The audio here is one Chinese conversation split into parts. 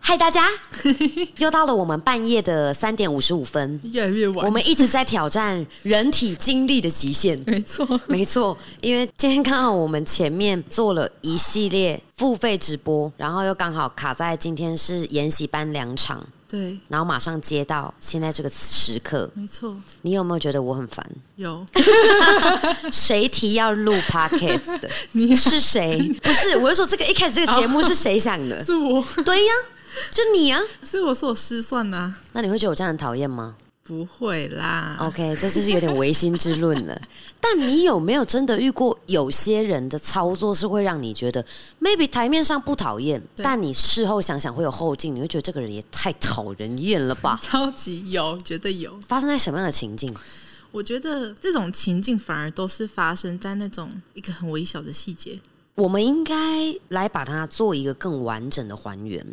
嗨，大家，又到了我们半夜的三点五十五分，越来越晚。我们一直在挑战人体精力的极限。 没错，没错，因为今天刚好我们前面做了一系列付费直播，然后又刚好卡在今天是研习班两场，对，然后马上接到现在这个时刻，没错，你有没有觉得我很烦？有谁提要录 podcast 的？ 你是谁？不是，我是说这个一开始这个节目是谁想 的？是我，对呀、就你啊。所以我说我失算啦、那你会觉得我这样很讨厌吗不会啦。 ？OK，这就是有点唯心之论了。 但你有没有真的遇过有些人的操作是会让你觉得，maybe 台面上不讨厌，对但你事后想想会有后劲，你会觉得这个人也太讨人厌了 吧？超级有，绝对有。发生在什么样的情境？我觉得这种情境反而都是发生在那种一个很微小的细节。我们应该来把它做一个更完整的还原，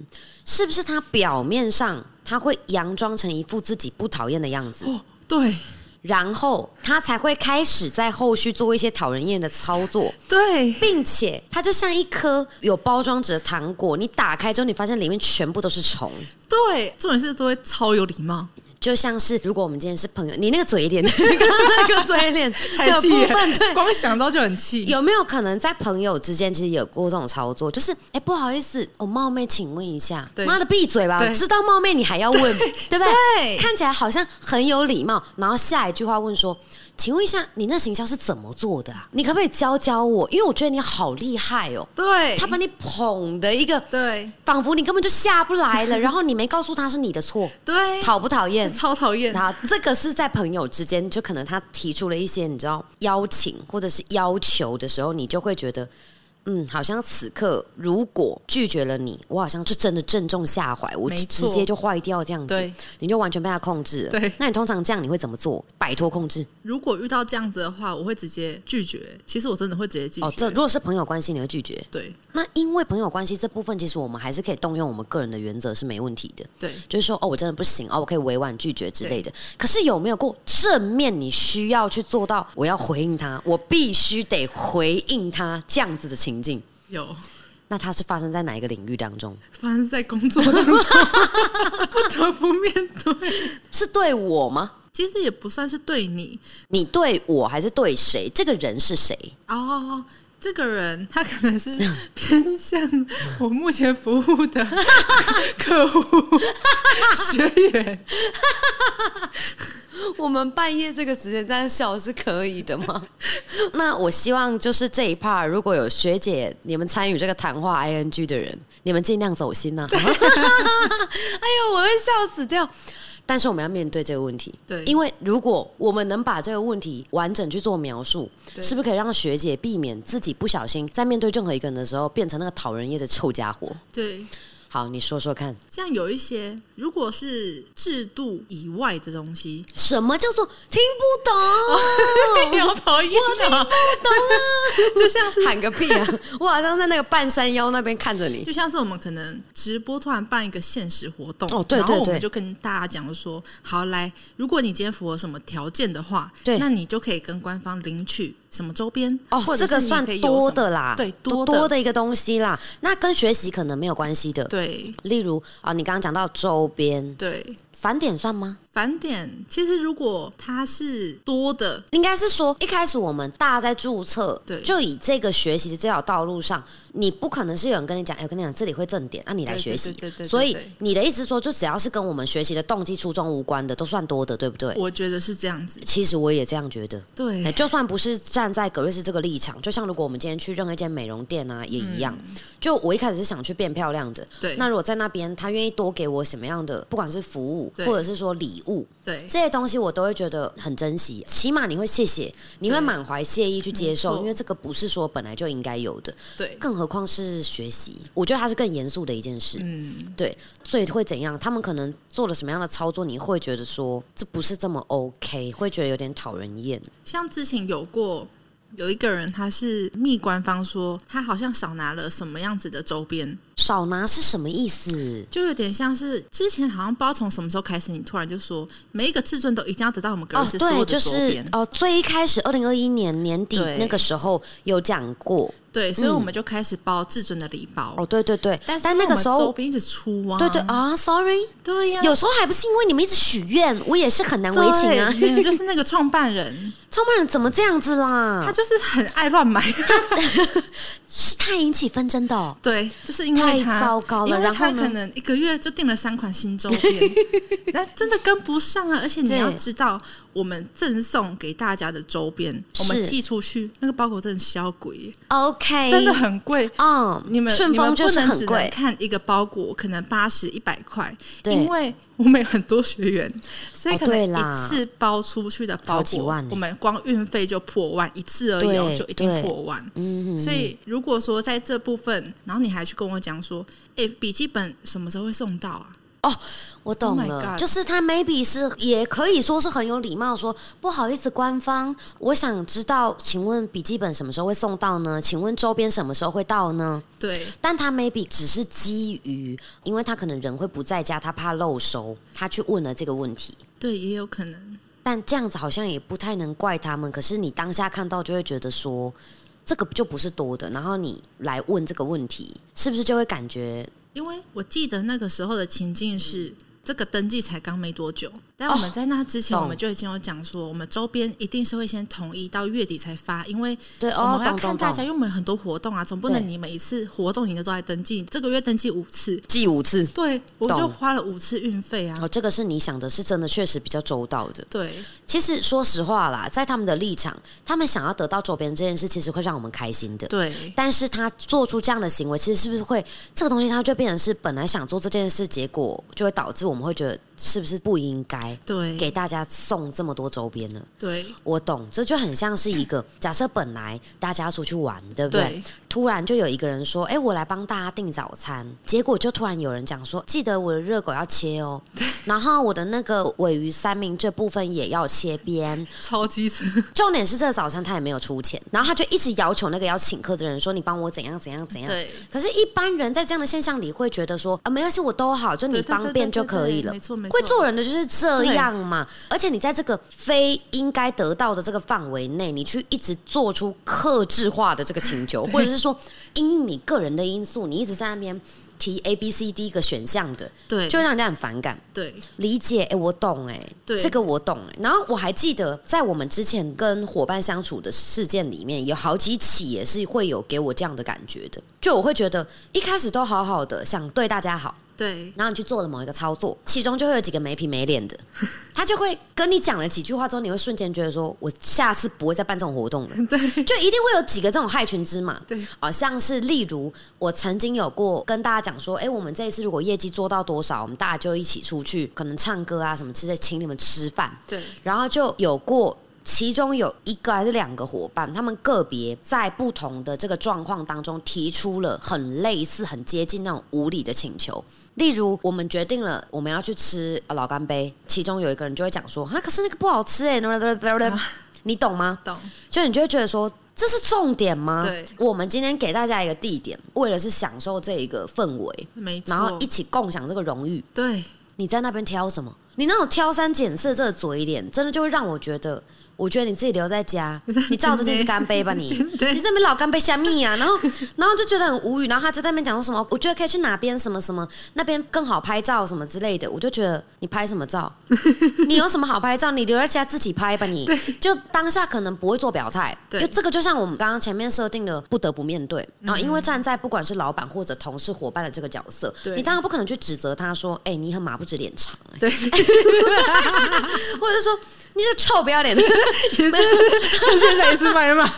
是不是？他表面上他会佯装成一副自己不讨厌的样子，哦，对然后他才会开始在后续做一些讨人厌的操作。对，并且它就像一颗有包装纸的糖果，你打开之后，你发现里面全部都是虫，对，重点是都会超有礼貌，就像是如果我们今天是朋友，你那个嘴脸， 那个嘴 脸的气部了分，对。光想到就很气。有没有可能在朋友之间，其实有过这种操作？就是，哎、不好意思，我冒昧请问一下，对妈的闭嘴吧！对知道冒昧你还要问，对不对？对看起来好像很有礼貌，然后下一句话问说：“请问一下，你那行销是怎么做的啊？你可不可以教教我？因为我觉得你好厉害哦。”对，他把你捧的一个对仿佛你根本就下不来 了，然后你没告诉他是你的错，对，讨不讨 厌？超讨厌。好，这个是在朋友之间，就可能他提出了一些你知道邀请或者是要求的时候，你就会觉得，嗯，好像此刻如果拒绝了你，我好像是真的正中下怀，我没直错直接就坏掉这样子对，你就完全被他控制了。对那你通常这样你会怎么做？摆脱控制？如果遇到这样子的话，我会直接拒绝。其实我真的会直接拒绝。哦，这如果是朋友关系，你会拒绝？对那因为朋友关系这部分，其实我们还是可以动用我们个人的原则是没问题的。对，就是说哦，我真的不行哦，我可以委婉拒绝之类的。可是有没有过正面你需要去做到，我要回应他，我必须得回应他这样子的情境？有。那它是发生在哪一个领域当中？发生在工作当中，不得不面对。是对我吗？其实也不算是对你你对我还是对谁？这个人是谁？哦，这个人他可 能是偏向我目前服务的客户学员。我们半夜这个时间这样笑是可以的吗？ 那我希望就是这一 part，如果有学姐你们参与这个谈话 ing 的人，你们尽量走心 呐、好吗哎呦，我会笑死掉。但是我们要面对这个问题，对因为如果我们能把这个问题完整去做描述，对是不是可以让学姐避免自己不小心在面对任何一个人的时候变成那个讨人厌的臭家伙？对，好，你说说看，像有一些如果是制度以外的东西，什么叫做听不懂？ 你好讨厌啊！就像是喊个屁啊！ 我好像在那个半山腰那边看着你。就像是我们可能直播突然办一个限时活动，哦对然后对我对们就跟大家讲说，好来，如果你今天符合什么条件的话，对那你就可以跟官方领取什么周边哦，或这者是个你算可以有多什么的啦，对多多的的一个东西啦。那跟学习可能没有关系的，对例如啊、你刚刚讲到周边对。返点算吗？返点其实如果它是多的，应该是说一开始我们大家在注册，对就以这个学习的这条道路上，你不可能是有人跟你讲，哎、我跟你讲这里会正点，那、你来对学对习对对对。对所以对你的意思是说，就只要是跟我们学习的动机初衷无关的，都算多的，对不对？我觉得是这样子。其实我也这样觉得。哎，对就算不是站在格瑞斯这个立场，就像如果我们今天去任何一间美容店啊，也一样。就我一开始是想去变漂亮的，嗯对那如果在那边他愿意多给我什么样的，不管是服务对或者是说礼物对这些东西，我都会觉得很珍惜。起码你会谢谢，你会对满怀谢意去接没受，错因为这个不是说本来就应该有的，对，更何况是学习。我觉得它是更严肃的一件事。嗯，对，所以会怎样？他们可能做了什么样的操作，你会觉得说这不是这么 OK，会觉得有点讨人厌。像之前有过有一个人，他是密官方说他好像少拿了什么样子的周边，少拿是什么意思？就有点像是之前好像不知道从什么时候开始，你突然就说每一个自尊都一定要得到我们格哦瑞，斯所有对，的就周是边哦，最一开始二零二一年年底对那个时候有讲过，对，所以我们就开始包至尊的礼包。嗯哦，对对对，但但那是因为个我们时周候，边一直出啊，对对啊，sorry，对呀、有时候还不是因为你们一直许愿，我也是很难为情啊。对就是那个创办人， 创办人怎么这样子他啦？就是很爱 乱买，是太引起纷争的哦、对，就是因为他太糟糕了因为然他后呢可能一个月就订了三款新周 边，那真的跟不上啊！而且你对要知道，我们赠送给大家的周边，我们是哎寄出去那个包裹真的销鬼耶， OK，真的，很贵。嗯，你们顺丰就是你们不能很只能贵，看一个包裹，可能八十一百块，对因为我们有很多学员，所以哦可能对一啦次包出去的包好几裹，万呢欸我们光运费就破万一次而已哦，对就一定对破万。嗯，所以如果说在这部分，然后你还去跟我讲说，哎、笔记本什么时候会送到啊？我懂 Oh my 了 God 就是他 maybe 是也可以说是很有礼貌说不好意思，官方，我想知道，请问笔记本什么时候会送到呢？请问周边什么时候会到呢？对但他 maybe 只是基于，因为他可能人会不在家，他怕漏收，他去问了这个问题。对，也有可能。但这样子好像也不太能怪他们，可是你当下看到就会觉得说，这个就不是多的，然后你来问这个问题，是不是就会感觉因为我记得那个时候的情境是，这个登记才刚没多久，但我们在那之前，哦懂我们就已经有讲说，我们周边一定是会先统一到月底才发，因为对我哦，们要懂看懂大家，懂，因为我们很多活动啊，总不能对你每一次活动你都在登记，这个月登记五次，记五次。哦对我懂就花了五次运费啊哦，，这个是你想的，是真的，确实比较周到的。对其实说实话啦，在他们的立场，他们想要得到周边这件事，其实会让我们开心的。对。但是他做出这样的行为，其实是不是会这个东西，它就变成是本来想做这件事，结果就会导致我们会觉得是不是不应该对给大家送这么多周边呢？对我懂，这就很像是一个假设，本来大家要出去玩，对不对？对突然就有一个人说：“哎、我来帮大家订早餐。”结果就突然有人讲说：“记得我的热狗要切哦，然后我的那个尾鱼三明治部分也要切边。超级 扯，”重点是这个早餐他也没有出钱，然后他就一直要求那个要请客的人说：“你帮我怎样怎样怎样。”对，可是，一般人在这样的现象里会觉得说：“啊，没关系，我都好，就你对对方对便对就对可以对了。没错没错，会做人的就是这样嘛。而且你在这个非应该得到的这个范围内，你去一直做出克制化的这个请求，或者是说因你个人的因素，你一直在那边提 A、B、C、D 一个选项的，对，就会让人家很反感。对理解，哎、我懂、哎，对这个我懂、哎。然后我还记得，在我们之前跟伙伴相处的事件里面，有好几起也是会有给我这样的感觉的。就我会觉得一开始都好好的，想对大家好，对然后你去做了某一个操作，其中就会有几个没皮没 脸的，他就会跟你讲了几句话之后，你会瞬间觉得说，我下次不会再办这种活动了。 对就一定会有几个这种害群之马，对，好、像是例如我曾经有过跟大家讲说，哎、我们这一次如果业绩做到多少，我们大家就一起出去，可能唱歌啊什么之类，请你们吃饭，对然后就有过。其中有一个还是两个伙伴，他们个别在不同的这个状况当中提出了很类似、很接近那种无理的请求。例如，我们决定了我们要去吃呃老干杯，其中有一个人就会讲说：“啊，可是那个不好吃哎、欸，你懂吗？”懂就你就会觉得说，这是重点吗？对，我们今天给大家一个地点，为了是享受这一个氛围，没错，然后一起共享这个荣誉。对 你在那边挑什么？你那种挑三拣四的这个嘴脸，真的就会让我觉得，我觉得你自己留在 家，你照着镜子干杯吧你，真的你这边老干杯虾米啊？ 然后，然后就觉得很无语。然后他就在那边讲说什么，我觉得可以去哪边什么什么，那边更好拍照什么之类的。我就觉得你拍什么照？你有什么好拍照？你留在家自己拍吧 你。就当下可能不会做表态，对就这个就像我们刚刚前面设定的，不得不面对。然嗯后因为站在不管是老板或者同事伙伴的这个角色，对你当然不可能去指责他说，哎、你很马不直脸长、哎 对，或者说你这臭不要 脸的。也是趁现在也是卖骂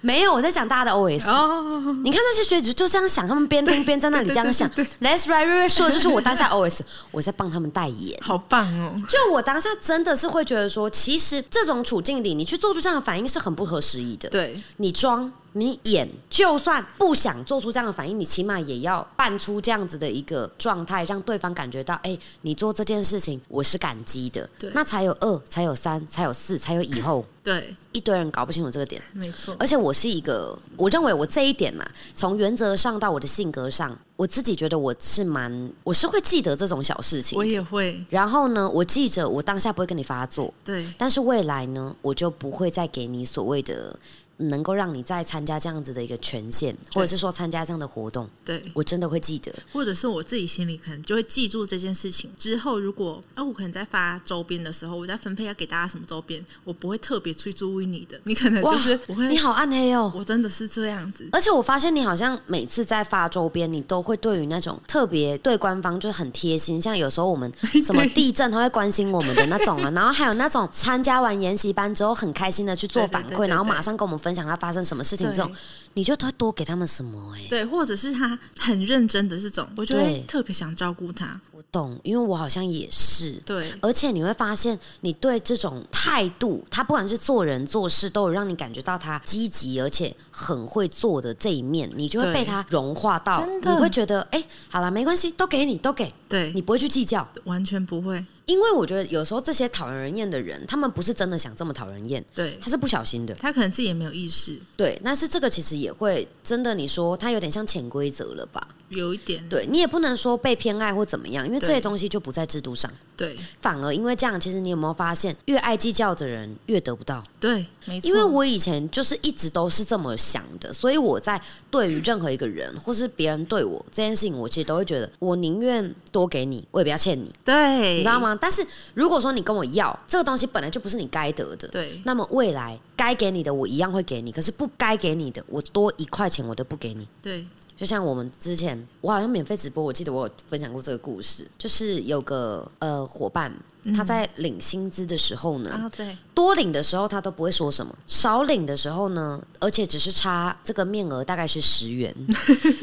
没有，我在讲大家的 OS。哦，你看那些学子就这样想，他们边听边在那里这样想。Let's right, right, right 说的就是我当下 OS，我在帮他们代言。好棒哦，就我当下真的是会觉得说，其实这种处境里，你去做出这样的反应是很不合时宜的。对你装你演就算不想做出这样的反应，你起码也要扮出这样子的一个状态，让对方感觉到，哎、你做这件事情我是感激的对，那才有二，才有三，才有四，才有以后。对，一堆人搞不清楚这个点，没错，而且我是一个，我认为我这一点呐、啊从原则上到我的性格上，我自己觉得我是蛮，我是会记得这种小事情我。也会，然后呢，我记着我当下不会跟你发作，对但是未来呢，我就不会再给你所谓的能够让你再参加这样子的一个权限，或者是说参加这样的活动，对，我真的会记得。或者是我自己心里可能就会记住这件事情。之后如果啊，我可能在发周边的时候，我在分配要给大家什么周边，我不会特别去注意你的， 你可能 就是我会你，好暗黑哦！我真的是这样子，而且我发现你好像每次在发周边，你都会对于那种特别对官方就是很贴心，像有时候我 们什么地震，他会关心我们的那种啊，然后还有那种参加完研习班之后很开心的去做对对反对馈，对然后对马上跟我们分享他发生什么事情对这种，你就会多给他们什么哎、对，或者是他很认真的这种，我就会对特别想照顾他，我懂，因为我好像也是。对而且你会发现，你对这种态度，他不管是做人做事，都有让你感觉到他积极而且很会做的这一面，你就会对被他融化到，真你的会觉得，哎、好啦，没关系，都给你，都给对，你，不会去计较。完全不会，因为我觉得有时候这些讨人厌的人，他们不是真的想这么讨人厌，对他是不小心的。他可能自己也没有意识，对，但是这个其实也会真的，你说他有点像潜规则了吧？有一点对你也不能说被偏爱或怎么样，因为这对些东西就不在制度上。对反而因为这样，其实你有没有发现，越爱计较的人越得不到？对，没错，因为我以前就是一直都是这么想的，所以我在对于任何一个人或是别人对我这件事情，我其实都会觉得，我宁愿多给你，我也不要欠你，对，你知道？吗？但是如果说你跟我要这个东西，本来就不是你该得的，对那么未来该给你的我一样会给你，可是不该给你的，我多一块钱我都不给你。对就像我们之前，我好像免费直播，我记得我有分享过这个故事，就是有个呃伙伴，嗯他在领薪资的时候呢，啊，对多领的时候他都不会说什么，少领的时候呢，而且只是差这个面额大概是十 元，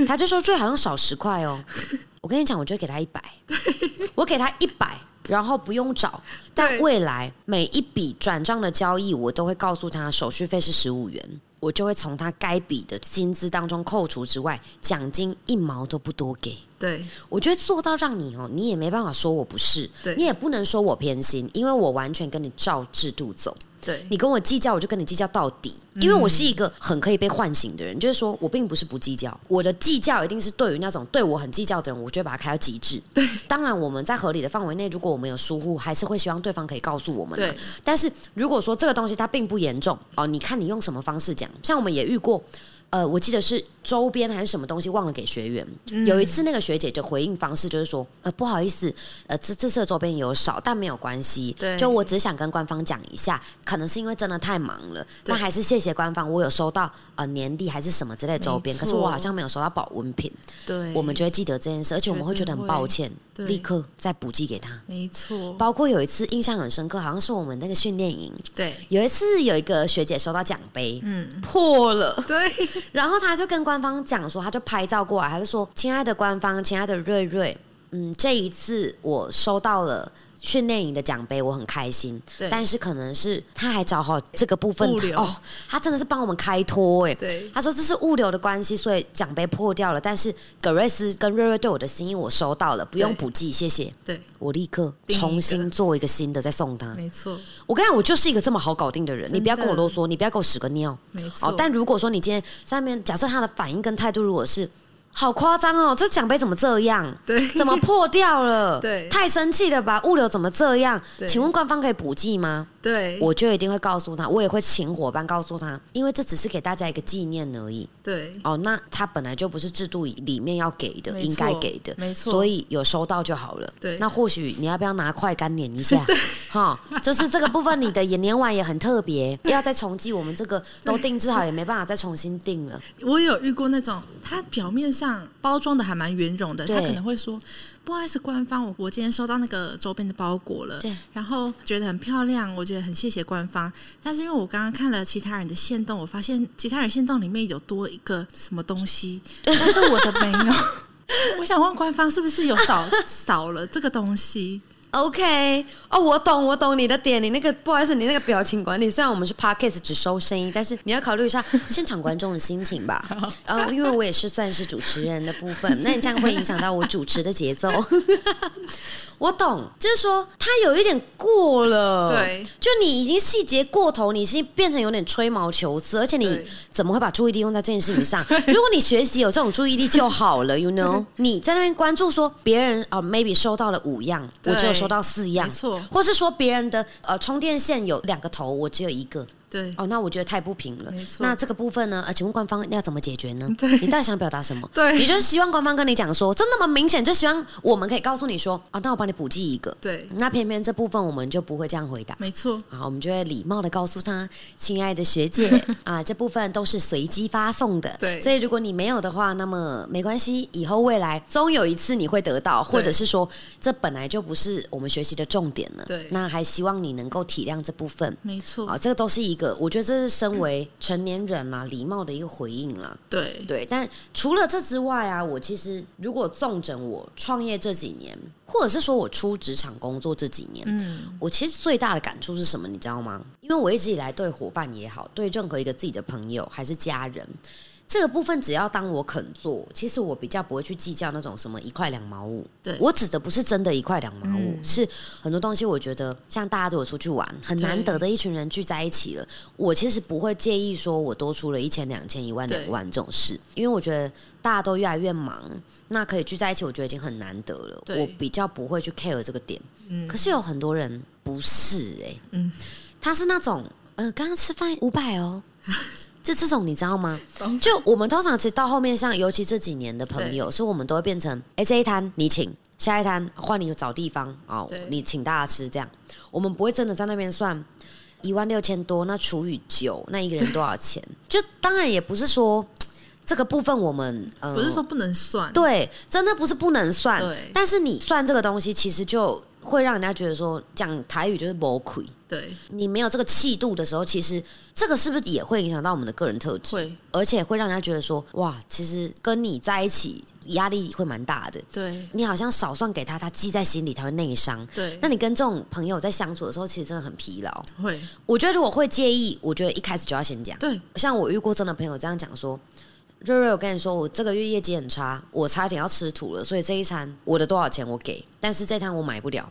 他就说这好像少十块哦。我跟你讲，我就给他一百，我给他一百，然后不用找。但对未来每一笔转账的交易，我都会告诉他手续费是十五元，我就会从他该笔的薪资当中扣除之外，奖金一毛都不多给。对我觉得做到让你哦，你也没办法说我不是对，你也不能说我偏心，因为我完全跟你照制度走。对你跟我计较，我就跟你计较到底，因为我是一个很可以被唤醒的人，就是说我并不是不计较，我的计较一定是对于那种对我很计较的人，我就会把它开到极致。对，当然我们在合理的范围内，如果我们有疏忽，还是会希望对方可以告诉我们啊。对但是如果说这个东西它并不严重哦，你看你用什么方式讲，像我们也遇过。呃，我记得是周边还是什么东西忘了给学员。嗯有一次，那个学姐就回应方式就是说，呃，不好意思，呃，这这次的周边有少，但没有关系。对就我只是想跟官方讲一下，可能是因为真的太忙了，对那还是谢谢官方，我有收到呃年历还是什么之类的周边，没可错是我好像没有收到保温瓶，嗯对，我们就会记得这件事，而且我们会觉得很抱歉，对嗯立刻再补寄给他。没错，包括有一次印象很深刻，好像是我们那个训练营，对，有一次有一个学姐收到奖杯，嗯，破了，对然后她就跟官方讲说，她就拍照过来，她就说：“亲爱的官方，亲爱的瑞瑞，嗯，这一次我收到了。”训练营的奖杯，我很开心，对但是可能是她还找好这个部分物流哦，她真的是帮我们开脱哎、对他说这是物流的关系，所以奖杯破掉了。但是葛瑞斯跟瑞瑞对我的心意我收到了，不用补寄，谢谢。对，我立刻另一个重新做一个新的再送他。没错我跟你讲，我就是一个这么好搞定的人，你不要跟我啰嗦，你不要给我使个尿没错哦。，但如果说你今天上面假设他的反应跟态度如果是好夸张哦，这奖杯怎么这 样？对怎么破掉了？对太生气了吧？物流怎么这样？对请问官方可以补寄吗？对我就一定会告诉他，我也会请伙伴告诉他，因为这只是给大家一个纪念而已。对哦，那他本来就不是制度里面要给的，没错应该给的，没错所以有收到就好了。对那或许你要不要拿快干碾一 下？哈，就是这个部分你的演年碗也很特别，要再重寄，我们这个都定制好，也没办法再重新定了。我有遇过那种，他表面上包装的还蛮圆融的，他对可能会说。不好意思，官方，我我今天收到那个周边的包裹了对，然后觉得很漂亮，我觉得很谢谢官方。但是因为我刚刚看了其他人的线动，我发现其他人线动里面有多一个什么东 西，但是 我的没有。我想问官方是不是有少少了这个东西？ OK，哦，我懂，我懂你的点。你那个不好意思，你那个表情管理，虽然我们是 podcast 只收声音，但是你要考虑一下现场观众的心情 吧。呃，因为我也是算是主持人的部分，那你这样会影响到我主持的节 奏。我懂，就是说他有一点过了，对，就你已经细节过头，你是变成有点吹毛求疵，而且你对怎么会把注意力用在这件事情 上？如果你学习有这种注意力就好了，you know，你在那边关注说别人啊、m a y b e 收到了五样，我只有对收到四样，没错或是说别人的呃充电线有两个头，我只有一个，对，哦，那我觉得太不平了没。错那这个部分呢？呃，请问官方要怎么解决呢？对你到底想表达什么？对你就是希望官方跟你讲说，真的吗？明显就希望我们可以告诉你说，哦，那我帮你补记一个。对那偏偏这部分我们就不会这样回答。没错，好，我们就会礼貌的告诉他，亲爱的学 姐啊，这部分都是随机发送的。对所以如果你没有的话，那么没关系，以后未来终有一次你会得到，或者是说这本来就不是我们学习的重点了。对那还希望你能够体谅这部分。没错，啊，这个都是一个，我觉得这是身为成年人啦、礼貌的一个回应啦。对，对，但除了这之外啊，我其实如果纵整我创业这几年，或者是说我出职场工作这几年，嗯，我其实最大的感触是什么，你知道吗？因为我一直以来对伙伴也好，对任何一个自己的朋友还是家人，这个部分只要当我肯做，其实我比较不会去计较那种什么一块两毛五。对我指的不是真的一块两毛五，嗯是很多东西我觉得像大家都有出去玩，很难得的一群人聚在一起了，我其实不会介意说我多出了一千、两千、一万、对两万这种事，因为我觉得大家都越来越忙，那可以聚在一起，我觉得已经很难得了。对我比较不会去 care 这个点。嗯可是有很多人不是哎、嗯，他是那种呃，刚刚吃饭五百哦， 就这种你知道吗？懂就我们通常其实到后面，像尤其这几年的朋友，是我们都会变成哎、这一摊你请，下一摊换你找地方哦对，你请大家吃这样，我们不会真的在那边算。一万六千多，那除以九，那一个人多少 钱？就当然也不是说这个部分我们呃，不是说不能算，对，真的不是不能算对，但是你算这个东西，其实就会让人家觉得说讲台语就是谋亏。对，你没有这个气度的时候，其实这个是不是也会影响到我们的个人特质？会，而且会让人家觉得说，哇，其实跟你在一起压力会蛮大的。对，你好像少算给他，他记在心里，他会内伤。对那，你跟这种朋友在相处的时候，其实真的很疲劳。会，我觉得如果会介意，我觉得一开始就要先讲。对，像我遇过真的朋友这样讲说，瑞瑞，我跟你说，我这个月业绩很差，我差点要吃土了，所以这一餐我的多少钱我给，但是这餐我买不了。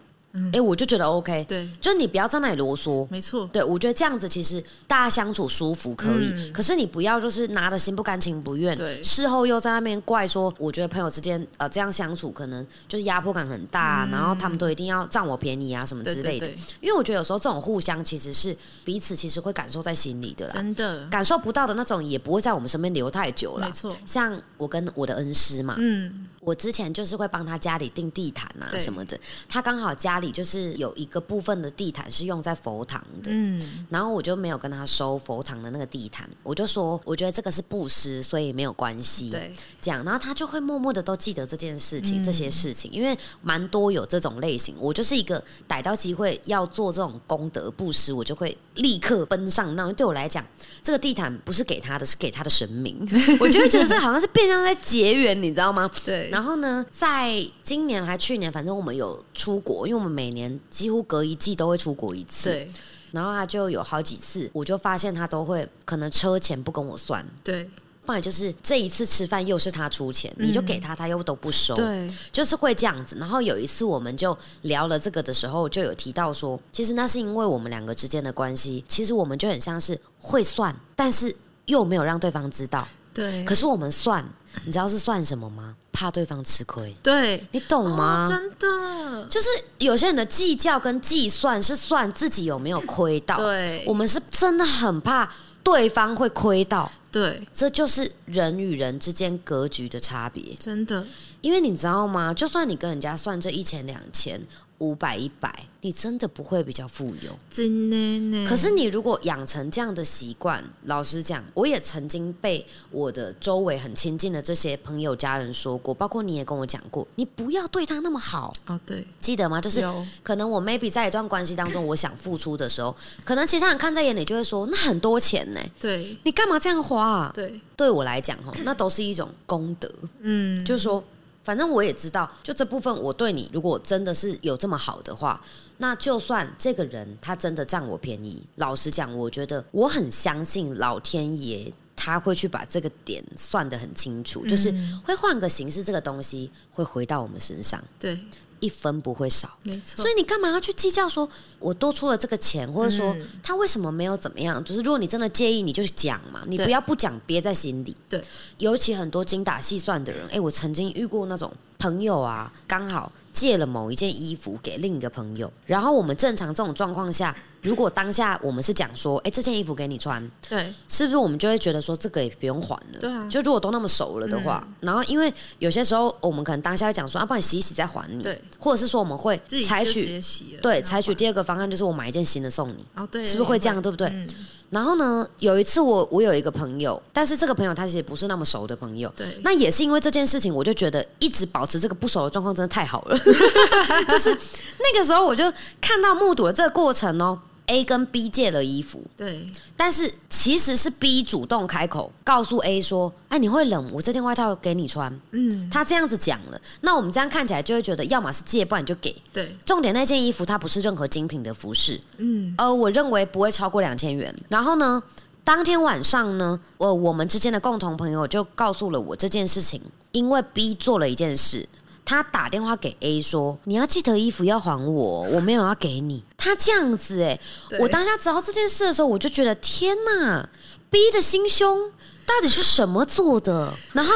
哎、嗯我就觉得 OK，对，就你不要在那里啰嗦。没错，对，我觉得这样子其实大家相处舒服可以，嗯可是你不要就是拿的心不甘情不愿，对事后又在那边怪说，我觉得朋友之间呃这样相处可能就是压迫感很大啊、然后他们都一定要占我便宜啊什么对之类嗯对的。对，因为我觉得有时候这种互相其实是彼此其实会感受在心里的啦，真的，感受不到的那种也不会在我们身边留太久没啦。错，像我跟我的恩师嘛，嗯，我之前就是会帮他家里订地毯啊对什么的，他刚好家里就是有一个部分的地毯是用在佛堂的。嗯，然后我就没有跟他收佛堂的那个地毯，我就说我觉得这个是布施，所以没有关系。对，这样，然后他就会默默的都记得这件事情、嗯这些事情，因为蛮多有这种类型。我就是一个逮到机会要做这种功德布施，我就会立刻奔上那种。对我来讲，这个地毯不是给他的，是给他的神 明。我就会觉得这个好像是变相在结缘，你知道吗？对，然后呢，在今年还去年，反正我们有出国，因为我们每年几乎隔一季都会出国一次。对，然后他就有好几次，我就发现他都会可能车钱不跟我算，对，不然就是这一次吃饭又是他出钱，嗯你就给他，他又都不收，对，就是会这样子。然后有一次我们就聊了这个的时候，就有提到说，其实那是因为我们两个之间的关系，其实我们就很像是会算，但是又没有让对方知道。对，可是我们算，你知道是算什么吗？怕对方吃亏，对，你懂吗？哦真的，就是有些人的计较跟计算是算自己有没有亏到，对我们是真的很怕对方会亏到，对，这就是人与人之间格局的差别。真的，因为你知道吗？就算你跟人家算这一千、两千、五百、一百，你真的不会比较富有。真的呢。可是你如果养成这样的习惯，老实讲，我也曾经被我的周围很亲近的这些朋友、家人说过，包括你也跟我讲过，你不要对他那么好，哦，对，记得吗？就是有可能我 maybe 在一段关系当中，我想付出的时候，可能其他人看在眼里就会说，那很多钱呢、对你干嘛这样花、啊？对，对我来讲，哈，那都是一种功德，嗯，就是说反正我也知道，就这部分我对你，如果真的是有这么好的话，那就算这个人他真的占我便宜，老实讲，我觉得我很相信老天爷。他会去把这个点算得很清楚，嗯就是会换个形式，这个东西会回到我们身上，对，一分不会少。没错所。以你干嘛要去计较说我多出了这个钱，或者说嗯他为什么没有怎么样？就是如果你真的介意，你就讲嘛，你不对要不讲憋在心里。对，尤其很多精打细算的人，哎，我曾经遇过那种朋友啊，刚好借了某一件衣服给另一个朋友，然后我们正常这种状况下，如果当下我们是讲说，哎，这件衣服给你穿，对，是不是我们就会觉得说这个也不用还了？对啊嗯就如果都那么熟了的话，然后因为有些时候我们可能当下会讲说，啊，不然洗一洗再还你，对，或者是说我们会自己嗯采就直取接洗了，对然后采取换第二个方案，就是我买一件新的送你。哦，对，是不是会这样对不对嗯，然后呢，有一次我我有一个朋友，但是这个朋友他其实不是那么熟的朋友。对，那也是因为这件事情，我就觉得一直保持这个不熟的状况真的太好了。 就是那个时候，我就看到目睹了这个过程哦。A 跟 B 借了衣服，对但是其实是 B 主动开口告诉 A 说：“哎，你会冷，我这件外套给你穿。”嗯，他这样子讲了，那我们这样看起来就会觉得，要么是借，不然你就给。对，重点那件衣服它不是任何精品的服饰，嗯，呃，我认为不会超过两千元。然后呢，当天晚上呢，呃，我们之间的共同朋友就告诉了我这件事情，因为 B 做了一件事。他打电话给 A 说：“你要记得衣服要还我，哦我没有要给你。”他这样子哎、对我当下知道这件事的时候，我就觉得天呐，B 的心胸到底是什么做的？然后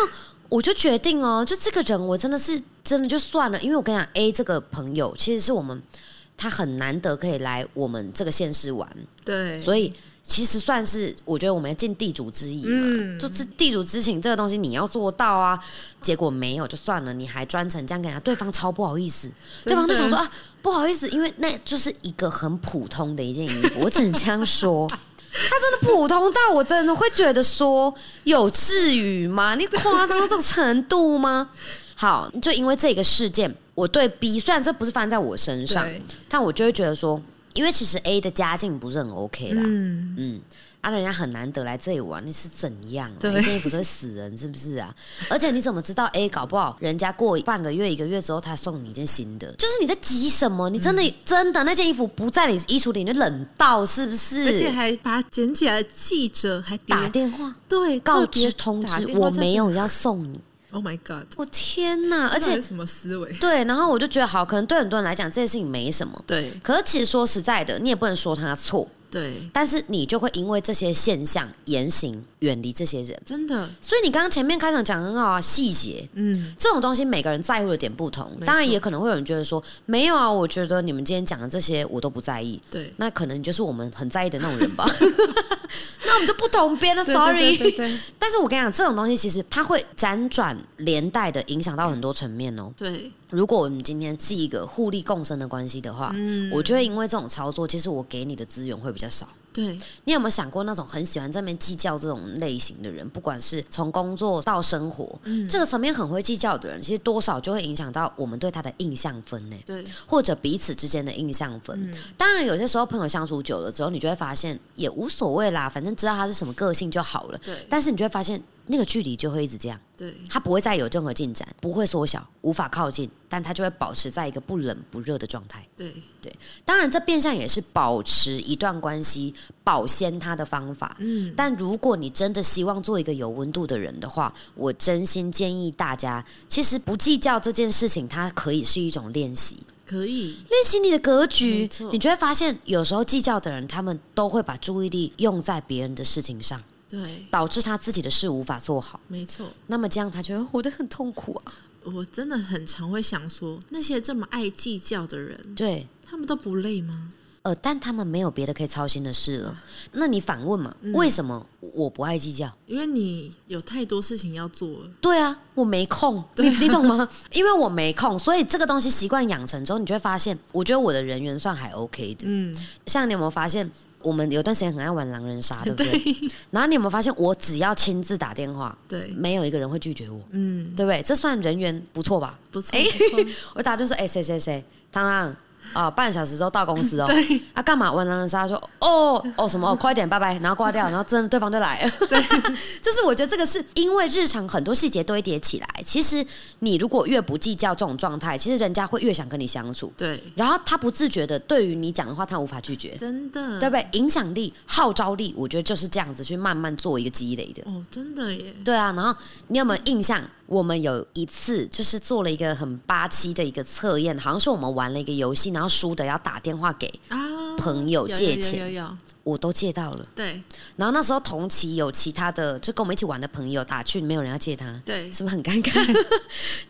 我就决定哦，就这个人我真的是真的就算了，因为我跟你讲，A 这个朋友其实是我们他很难得可以来我们这个县市玩，对，所以其实算是我觉得我们要尽地主之谊嘛，嗯，就是地主之情这个东西你要做到啊，结果没有就算了，你还专程这样跟人家，对方超不好意思，对方就想说啊不好意思，因为那就是一个很普通的一件衣服，我只能这样说。 他真的普通到我真的会觉得说，有至于吗？你夸张到这种程度吗？好，就因为这个事件，我对 B 虽然这不是发生在我身上，对但我就会觉得说，因为其实 A 的家境不是很 OK 啦，嗯，嗯，啊，人家很难得来这里玩，你是怎样、啊？对你这不是会死人是不是 啊？而且你怎么知道 A 搞不好人家过半个月、一个月之后，他送你一件新的？就是你在急什么？你真的、真的那件衣服不在你衣橱里，你就冷到是不是？而且还把它捡起来，记者还打电电话对告特别知通打知电话我这没是有要送你， ，Oh my God，我天哪！而这到底且是什么思维？对，然后我就觉得好，可能对很多人来讲这件事情没什么。对可是其实说实在的，你也不能说他错，对，但是你就会因为这些现象言行远离这些人。真的，所以你刚刚前面开场讲得很好啊，细节嗯，这种东西每个人在乎的点不同没，错当然也可能会有人觉得说没有啊，我觉得你们今天讲的这些我都不在意，对。那可能你就是我们很在意的那种人 吧。那我们就不同边了对，sorry。对对对但是我跟你讲，这种东西其实它会辗转连带的影响到很多层面哦。 对对，如果我们今天是一个互利共生的关系的话，嗯，我就会因为这种操作，其实我给你的资源会比较少。对你有没有想过那种很喜欢在那边计较这种类型的人，不管是从工作到生活，嗯这个层面很会计较的人，其实多少就会影响到我们对他的印象分呢，对，或者彼此之间的印象分。嗯当然，有些时候朋友相处久了之后，你就会发现也无所谓啦，反正知道他是什么个性就好了。对但是你就会发现，那个距离就会一直这样，对他不会再有任何进展，不会缩小，无法靠近，但他就会保持在一个不冷不热的状态。对，当然，这变相也是保持一段关系保鲜它的方法。嗯，但如果你真的希望做一个有温度的人的话，我真心建议大家，其实不计较这件事情，它可以是一种练习，可以，练习你的格没局错，你就会发现，有时候计较的人，他们都会把注意力用在别人的事情上，对，导致他自己的事无法做好。没错。那么这样，他就会活得很痛苦啊。我真的很常会想说，那些这么爱计较的人，对，他们都不累吗？呃，但他们没有别的可以操心的事了。那你反问嘛，为什么我不爱计较？因为你有太多事情要做了，对啊，我没空，你你懂吗？ 因为我没空，所以这个东西习惯养成之后，你就会发现，我觉得我的人缘算还 OK 的。嗯，像你有没有发现，我们有段时间很爱玩狼人杀，对不对？ 然后你有没有发现，我只要亲自打电话，对，没有一个人会拒绝我，嗯，对不对？这算人缘不错吧？ 不错，不错，哎我打就说，哎、谁谁谁，汤汤，啊、半个小时之后到公司哦。对啊，干嘛？玩狼人杀说哦哦什么哦，快点，拜拜，然后挂掉，然后真的对方就来了。对， 就是我觉得这个是因为日常很多细节堆叠起来，其实你如果越不计较这种状态，其实人家会越想跟你相处，对，然后他不自觉的对于你讲的话，他无法拒绝。真的，对不对？影响力、号召力，我觉得就是这样子去慢慢做一个积累的。哦，真的耶，对啊，然后你有没有印象？我们有一次就是做了一个很八七的一个测验，好像是我们玩了一个游戏，然后输的要打电话给啊，朋友有借有钱有有有，我，都借到了。对然后那时候同期有其他的就跟我们一起玩的朋友打去，没有人要借他，对，是不是很尴 尬？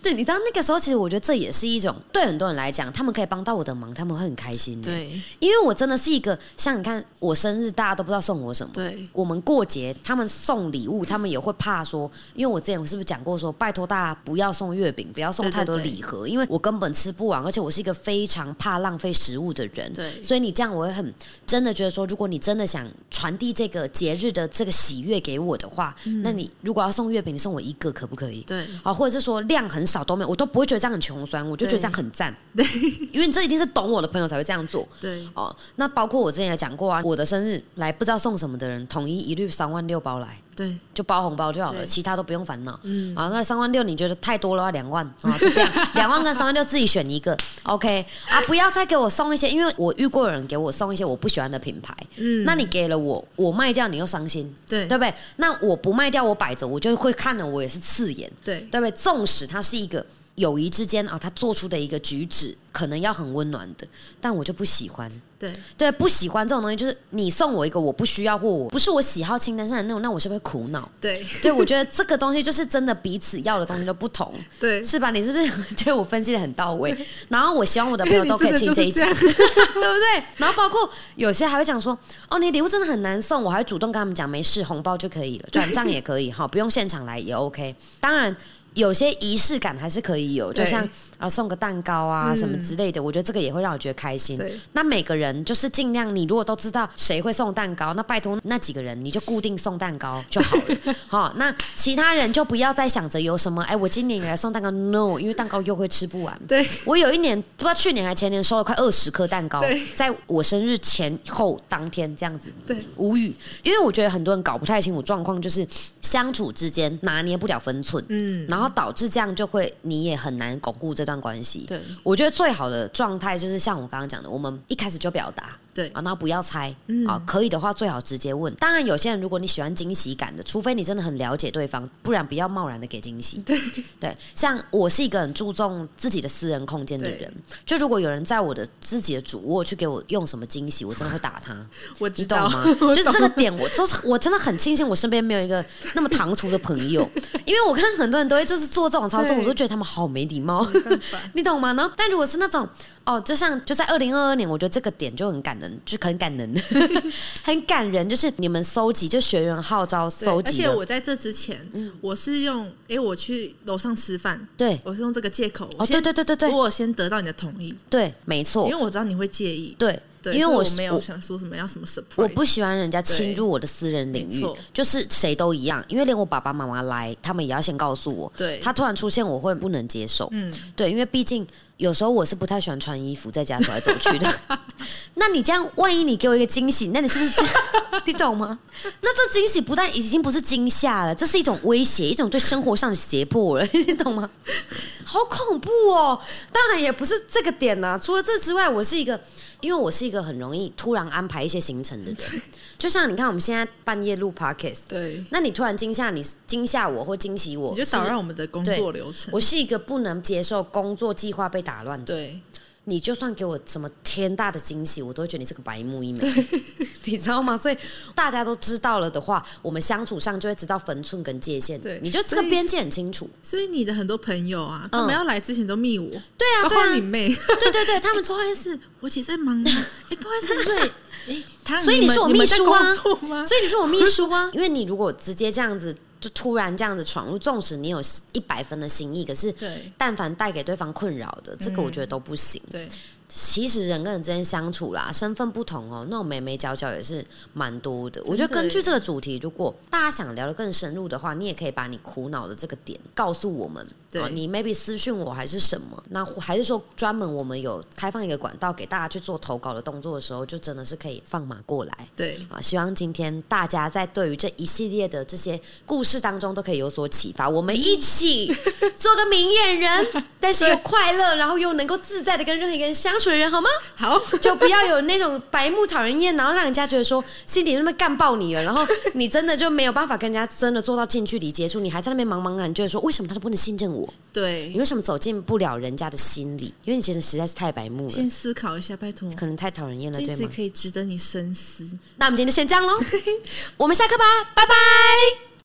对，你知道那个时候，其实我觉得这也是一种对很多人来讲，他们可以帮到我的忙，他们会很开心的。对因为我真的是一个像你看，我生日大家都不知道送我什么。对我们过节，他们送礼物，他们也会怕说，因为我之前我是不是讲过说，拜托大家不要送月饼，不要送太多对对对礼盒，因为我根本吃不完，而且我是一个非常怕浪费食物的人。对所以你这样，我会很真的觉得说，如果你真的想传递这个节日的这个喜悦给我的话，嗯那你如果要送月饼，你送我一个可不可以？对啊，或者是说量很少都没有，我都不会觉得这样很穷酸，我就觉得这样很赞。对， 因为你这一定是懂我的朋友才会这样做。对，哦，那包括我之前也讲过啊，我的生日来不知道送什么的人，统一一律三万六包来，对，就包红包就好了，对其他都不用烦恼。嗯，啊，那三万六你觉得太多了话，两万啊，就 这样，两万跟三万六自己选一个，OK 啊，不要再给我送一些，因为我遇过有人给我送一些我不喜欢的品牌，嗯那你给了我，我卖掉你又伤心，对对不对？那我不卖掉，我摆着，我就会看了我也是刺眼，对对不对？纵使他是一个友谊之间啊，他做出的一个举止可能要很温暖的，但我就不喜欢。对对，不喜欢这种东西，就是你送我一个我不需要或我不是我喜好清单上的那种，那我是不是会苦恼？对对，我觉得这个东西就是真的彼此要的东西都不同，对，是吧？你是不是觉得我分析的很到位？然后我希望我的朋友都可以听这一集， 你真的对不对？然后包括有些还会讲说，哦，你礼物真的很难送，我还会主动跟他们讲，没事，红包就可以了，转账也可以哈，不用现场来也 OK。当然。有些仪式感还是可以有，就对像啊送个蛋糕啊嗯什么之类的，我觉得这个也会让我觉得开心。对那每个人就是尽量，你如果都知道谁会送蛋糕，那拜托那几个人你就固定送蛋糕就好 了。好、那其他人就不要再想着有什么，哎，我今年也来送蛋糕，no，因为蛋糕又会吃不完。对我有一年不知道去年还前年收了快二十颗蛋糕对，在我生日前后当天这样子，对无语。因为我觉得很多人搞不太清楚状况，就是相处之间拿捏不了分寸，嗯，然后导致这样就会你也很难巩固这段关系。对我觉得最好的状态就是像我刚刚讲的，我们一开始就表达，对啊，那不要猜，嗯啊，可以的话最好直接问。当然，有些人如果你喜欢惊喜感的，除非你真的很了解对方，不然不要贸然的给惊喜。对对，像我是一个很注重自己的私人空间的对人，就如果有人在我的自己的主卧去给我用什么惊喜，我真的会打 他，我知你道懂吗？我就是懂这个点，我就是我真的很庆幸我身边没有一个那么唐突的朋 友，因为我看很多人都会就是做这种操作，对我都觉得他们好没礼貌。没办法，你懂吗？然后，但如果是那种哦，就像就在二零二二年，我觉得这个点就很感人，就很感 人，很感人。就是你们收集，就学员号召对收而集且了，我在这之前，我是用诶，我去楼上吃饭，对，我是用这个借口，哦，我对先对对对对我有先得到你的同意，对，没因错为，我知道你会介意，对，对，因为所以我我是没有我想说什么要什么 surprise，我不喜欢人家侵入我的私人领没域错，就是谁都一样，因为连我爸爸妈妈来，他们也要先告诉我，对他突然出现，我会不能接受，嗯，对，因为毕竟有时候我是不太喜欢穿衣服在家走来走去 的。那你这样，万一你给我一个惊喜，那你是不是就 你懂吗？那这惊喜不但已经不是惊吓了，这是一种威胁，一种对生活上的胁迫了， 你懂吗？好恐怖哦！当然也不是这个点呐、除了这之外，我是一个，因为我是一个很容易突然安排一些行程的人。就像你看，我们现在半夜录 podcast，对，那你突然惊吓你惊吓我或惊喜我，你就是打乱我们的工作流程 我，是一个不能接受工作计划被打乱的。对你就算给我什么天大的惊喜，我都会觉得你是个白目一枚， 你知道吗？所以大家都知道了的话，我们相处上就会知道分寸跟界限。对你就这个所以边界很清楚。所以你的很多朋友啊，他们要来之前都密我，嗯对啊，包对括你啊，妹，哎对对对，他 们不好意思，我姐在 忙啊，哎，不好意思，瑞，哎，她，所以你们是我你们秘在书啊工作吗？所以你是我秘书啊，因为你如果直接这样子。就突然这样子闯入，纵使你有一百分的心意，可是对但凡带给对方困扰的，这嗯个我觉得都不行。对其实人跟人之间相处啦，身份不同哦，那种眉眉角角也是蛮多的。我觉得根据这个主题，如果大家想聊得更深入的话，你也可以把你苦恼的这个点告诉我们，对哦你 maybe 私讯我还是什么，那或还是说专门我们有开放一个管道给大家去做投稿的动作的时候，就真的是可以放马过来对，啊！希望今天大家在对于这一系列的这些故事当中都可以有所启发，我们一 起做个明眼人， 但是又快乐，然后又能够自在的跟任何一个人相处的人，好吗？ 好，就不要有那种白目讨人厌，然后让人家觉得说心底那边干爆你了，然后你真的就没有办法跟人家真的做到近距离接触，你还在那边茫茫然，觉得说为什么他都不能信任我？哎你对，为什么走进不了人家的心里？因为你真的实在是太白目了先。思考一下，拜托，可能太讨人厌了， 这对次吗？可以值得你深思。 那我们今天就先这样喽，我们下课吧，拜拜。